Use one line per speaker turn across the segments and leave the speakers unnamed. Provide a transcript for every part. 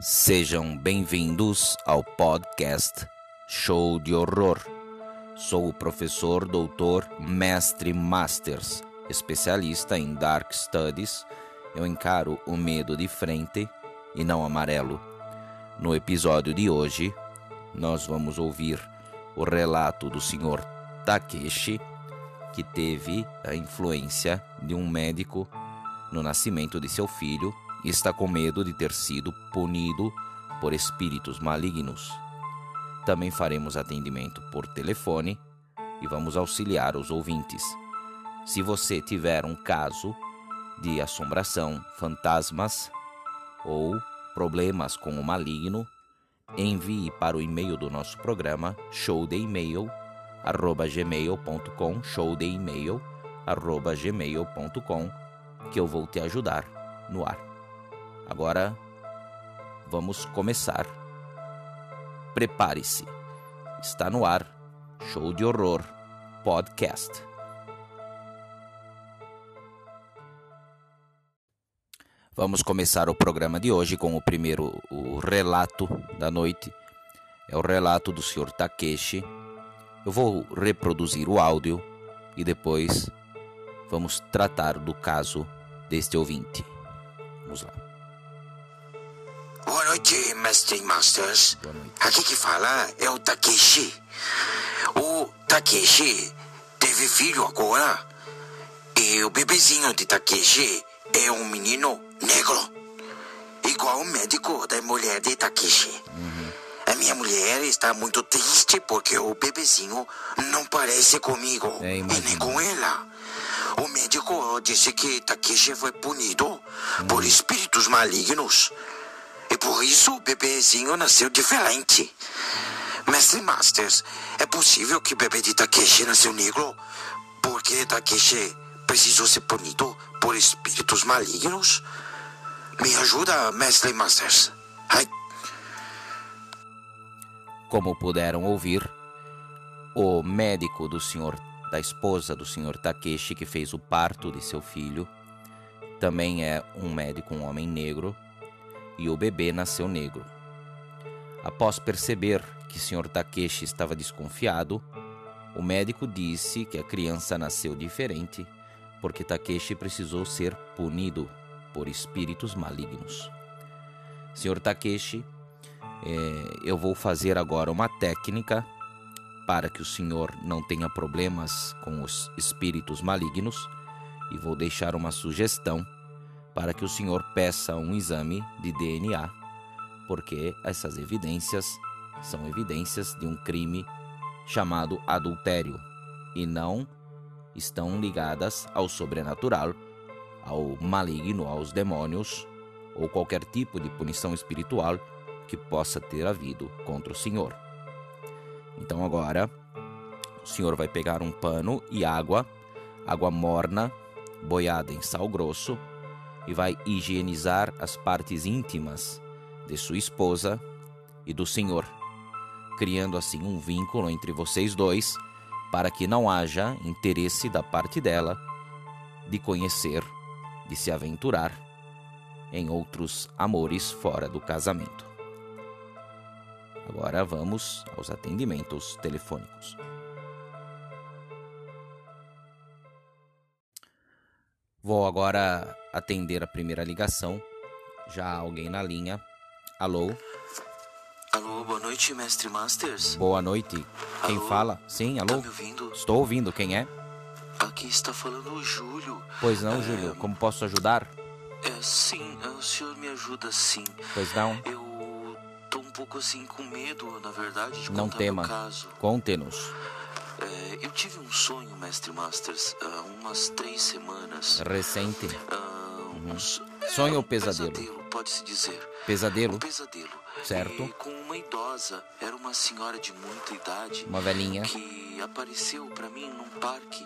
Sejam bem-vindos ao podcast Show de Horror. Sou o professor doutor Mestre Masters, especialista em Dark Studies. Eu encaro o medo de frente e não amarelo. No episódio de hoje, nós vamos ouvir o relato do Sr. Takeshi, que teve a influência de um médico no nascimento de seu filho e está com medo de ter sido punido por espíritos malignos. Também faremos atendimento por telefone e vamos auxiliar os ouvintes. Se você tiver um caso de assombração, fantasmas ou problemas com o maligno, envie para o e-mail do nosso programa showdeemail@gmail.com, showdeemail@gmail.com, que eu vou te ajudar no ar. Agora vamos começar. Prepare-se. Está no ar Show de Horror Podcast. Vamos começar o programa de hoje com o primeiro o relato da noite. É o relato do Sr. Takeshi. Eu vou reproduzir o áudio e depois vamos tratar do caso deste ouvinte. Vamos lá.
Boa noite, Mestre Masters. Aqui que fala é o Takeshi. O Takeshi teve filho agora. E o bebezinho de Takeshi é um menino negro. Igual o médico da mulher de Takeshi.
Uhum.
A minha mulher está muito triste porque o bebezinho não parece comigo
É,
e
imagino.
nem com ela. O médico disse que Takeshi foi punido
Uhum.
por espíritos malignos. E por isso o bebezinho nasceu diferente. Mestre Masters, é possível que o bebê de Takeshi nasceu negro? Porque Takeshi precisou ser punido por espíritos malignos? Me ajuda, Mestre Masters. Ai,
Como puderam ouvir, o médico do senhor da esposa do senhor Takeshi que fez o parto de seu filho também é um médico, um homem negro, e o bebê nasceu negro. Após perceber que o senhor Takeshi estava desconfiado, o médico disse que a criança nasceu diferente porque Takeshi precisou ser punido por espíritos malignos. Senhor Takeshi é, eu vou fazer agora uma técnica para que o senhor não tenha problemas com os espíritos malignos e vou deixar uma sugestão para que o senhor peça um exame de DNA, porque essas evidências são evidências de um crime chamado adultério e não estão ligadas ao sobrenatural, ao maligno, aos demônios ou qualquer tipo de punição espiritual que possa ter havido contra o senhor. Então agora, o senhor vai pegar um pano e água, água morna, boiada em sal grosso, e vai higienizar as partes íntimas de sua esposa e do senhor, criando assim um vínculo entre vocês dois, para que não haja interesse da parte dela de conhecer, de se aventurar em outros amores fora do casamento. Agora vamos aos atendimentos telefônicos. Vou agora atender a primeira ligação. Já há alguém na linha. Alô,
Alô, boa noite, Mestre Masters.
boa noite. Quem
Alô?
fala? Sim,
Tá
alô?
me ouvindo?
Estou ouvindo, quem é?
Aqui está falando o Júlio.
Pois não,
É,
Júlio, como posso ajudar?
É, sim, é, o senhor me ajuda sim.
Pois não,
Eu tô um pouco assim com medo, na verdade, de
não
contar
tema.
meu caso.
Conte-nos.
É, eu tive um sonho, Mestre Masters, há umas três semanas.
Recente,
Ah, uns-
Sonho
é,
ou
um
pesadelo?
pesadelo pode-se dizer.
pesadelo,
Um pesadelo.
Certo.
E com uma idosa, era uma senhora de muita idade.
uma velhinha.
que apareceu pra mim num parque.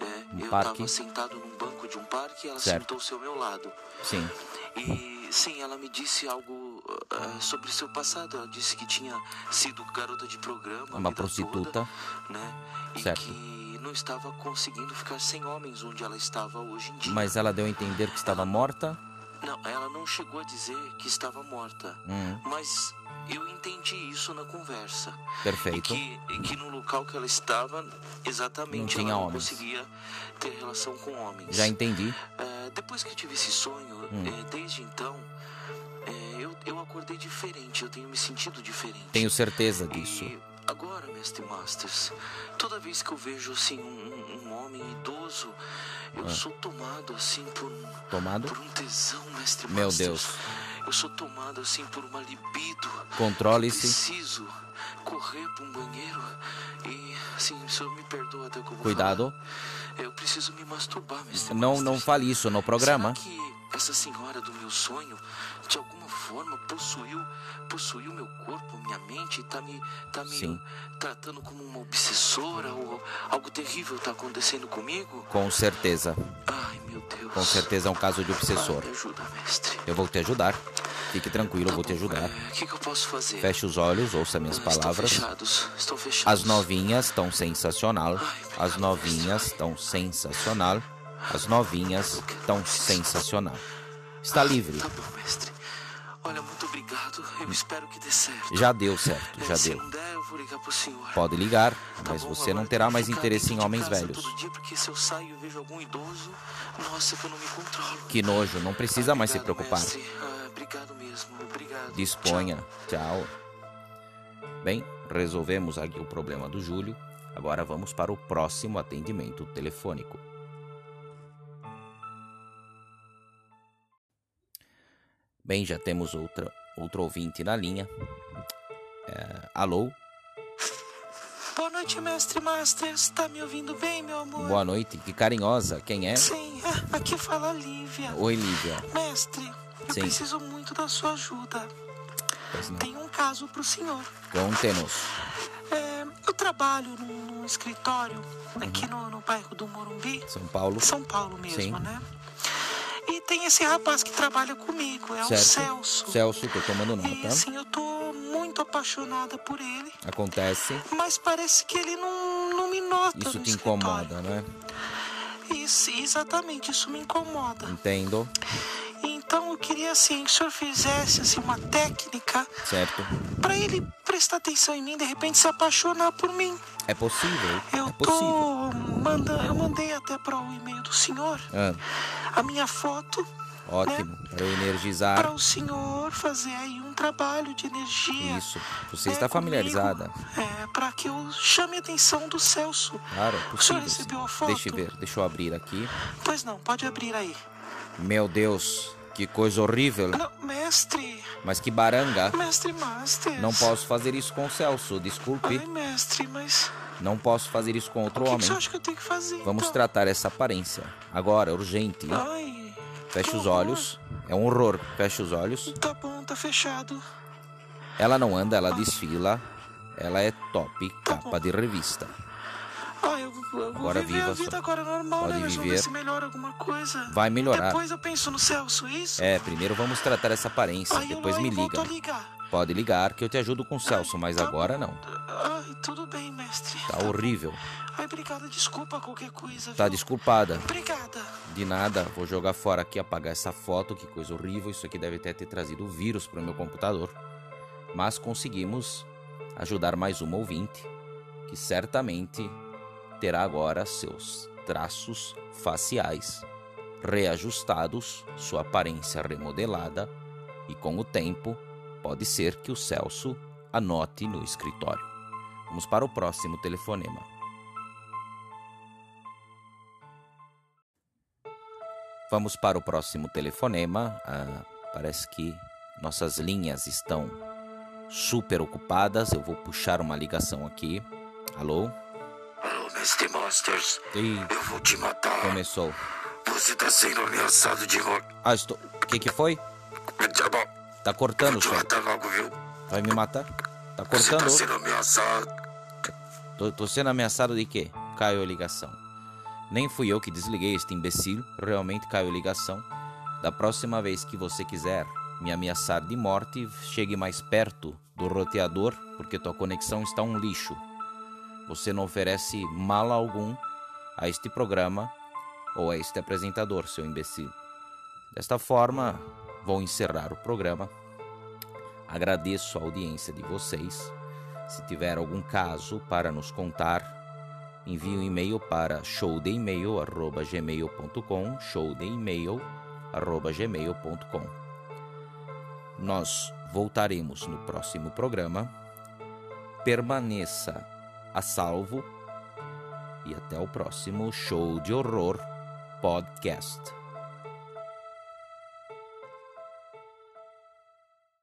né?
Um
eu
parque?
tava sentado num banco de um parque e ela
Certo.
sentou-se ao meu lado.
Sim,
E sim, ela me disse algo ah, sobre seu passado. Ela disse que tinha sido garota de programa, a
uma
vida
prostituta.
toda, né? E
Certo.
que não estava conseguindo ficar sem homens onde ela estava hoje em dia.
Mas ela deu a entender que estava morta
Não, ela não chegou a dizer que estava morta.
Hum.
Mas eu entendi isso na conversa. E
Perfeito.
que, e que no local que ela estava, exatamente,
Não tinha
ela não
homens.
conseguia ter relação com homens.
Já Hum. entendi.
É, depois que eu tive esse sonho, é, desde então, é, eu, eu acordei diferente, eu tenho me sentido diferente.
Tenho certeza disso.
E agora, Mestre Masters, toda vez que eu vejo assim um, um- um homem idoso,
Ah.
eu sou tomado assim por um,
Tomado?
por um tesão, Mestre
Meu
Masters.
Deus.
Eu sou tomado assim por uma libido.
Controle-se.
Preciso correr para um banheiro e assim, o senhor me perdoa até que eu vou
Cuidado.
falar. É, Eu preciso me masturbar, Mestre
Não,
Masters.
não fale isso no programa.
Será que essa senhora do meu sonho, de alguma forma, possuiu, possuiu meu corpo, minha mente, e tá me, tá me
Sim.
tratando como uma obsessora ou algo terrível tá acontecendo comigo?
Com certeza.
Ai, meu Deus.
Com certeza é um caso de obsessor.
Ai, me ajuda, mestre.
Eu vou te ajudar. Fique tranquilo, eu vou te ajudar.
O que, que eu posso fazer?
Feche os olhos, ouça minhas
Ah, estão
palavras.
fechados. Estão fechados.
As novinhas estão sensacional. As novinhas estão sensacional. As novinhas estão sensacional. Está livre.
Tá bom, mestre. Olha, muito obrigado. Eu espero que dê certo.
Já deu certo,
É,
já
se
deu.
não der, eu vou ligar pro senhor.
Pode ligar,
Tá
mas
bom,
você não
agora
terá
eu
mais
ficar
interesse em
dentro de
homens
casa
velhos.
Todo dia porque se eu saio e vejo algum idoso, nossa, que eu não me controlo.
Que nojo, não precisa mais se
Obrigado,
preocupar.
mestre. Ah, obrigado mesmo, obrigado.
Disponha. Tchau. Bem, resolvemos aqui o problema do Júlio. Agora vamos para o próximo atendimento telefônico. Bem, já temos outra, outro ouvinte na linha. É, alô,
Tchau. Boa noite, mestre Masters. Tá me ouvindo bem, meu amor?
boa noite. Que carinhosa. Quem é?
Sim, ah, aqui fala a Lívia.
Oi, Lívia.
Mestre, eu
Sim.
preciso muito da sua ajuda.
Pois não.
Tem um caso pro senhor.
Conte-nos.
É, eu trabalho num, num escritório aqui no, no bairro do Morumbi.
São Paulo.
São Paulo mesmo,
Sim.
né? E tem esse rapaz que trabalha comigo, é o
Certo.
Celso.
Celso, tô tomando
E
nota.
assim, eu tô muito apaixonada por ele,
Acontece.
mas parece que ele não, não me nota.
Isso
no
te
escritório.
incomoda, né?
Isso, exatamente, isso me incomoda.
Entendo.
Então eu queria assim, que o senhor fizesse assim, uma técnica
Certo.
pra ele prestar atenção em mim, de repente se apaixonar por mim.
É possível.
Eu
é possível.
tô. Manda, eu mandei até para o e-mail do senhor
Ah,
a minha foto
ótimo. Para eu energizar.
para o senhor fazer aí um trabalho de energia.
Isso. Você
né,
está familiarizada?
comigo, É, para que eu chame a atenção do Celso.
Claro, é
O
possível.
senhor
sim.
recebeu a foto?
Deixa eu ver. Deixa eu abrir aqui.
Pois não, pode abrir aí.
Meu Deus, que coisa horrível.
Não, mestre,
Mas que baranga.
mestre Masters.
Não posso fazer isso com o Celso. Desculpe.
Ai, mestre, mas
Não posso fazer isso com outro
o que, que
homem.
você acha que eu tenho que fazer?
Vamos
então?
tratar essa aparência. Agora, urgente.
Ai,
Feche
que
os
horror.
olhos. É um horror. Feche os olhos.
Tá bom, tá fechado.
Ela não anda, ela desfila. Ela é top, capa
bom.
de revista.
Ai, eu, eu vou
Agora
viver
viva
a vida
só.
agora normal,
Pode
né? Mas vamos
viver.
ver se melhora alguma coisa.
Vai melhorar.
Depois eu penso no Celso, isso?
É, primeiro vamos tratar essa aparência,
Aí eu
depois
lá
me
eu
liga.
volto a ligar.
Pode ligar que eu te ajudo com o Celso, mas
tá
agora
bom.
não.
Ai, tudo bem, mestre.
Tá horrível.
Ai, obrigada, desculpa qualquer coisa.
Tá
viu?
desculpada.
Obrigada.
De nada, vou jogar fora aqui, apagar essa foto, que coisa horrível. Isso aqui deve até ter trazido o vírus pro meu computador. Mas conseguimos ajudar mais uma ouvinte, que certamente terá agora seus traços faciais reajustados, sua aparência remodelada, e com o tempo, pode ser que o Celso anote no escritório. Vamos para o próximo telefonema. Vamos para o próximo telefonema. Ah, parece que nossas linhas estão super ocupadas. Eu vou puxar uma ligação aqui. Alô?
Alô, Mestre Monsters,
Ih,
eu vou te matar.
começou. é?
Você tá sendo ameaçado de morte.
Ah, estou. O que, que foi?
Tá bom,
Tá
vou
cortando,
te
senhor.
matar logo, viu?
Vai me matar? Tá
Você tá
cortando?
sendo ameaçado.
Tô, tô sendo ameaçado de quê? Caiu a ligação. Nem fui eu que desliguei este imbecil, realmente caiu a ligação. Da próxima vez que você quiser me ameaçar de morte, chegue mais perto do roteador, porque tua conexão está um lixo. Você não oferece mal algum a este programa ou a este apresentador, seu imbecil. Desta forma, vou encerrar o programa. Agradeço a audiência de vocês. Se tiver algum caso para nos contar, envie um e-mail para showdeemail@gmail.com, showdeemail@gmail.com. Nós voltaremos no próximo programa. Permaneça a salvo e até o próximo show de horror podcast.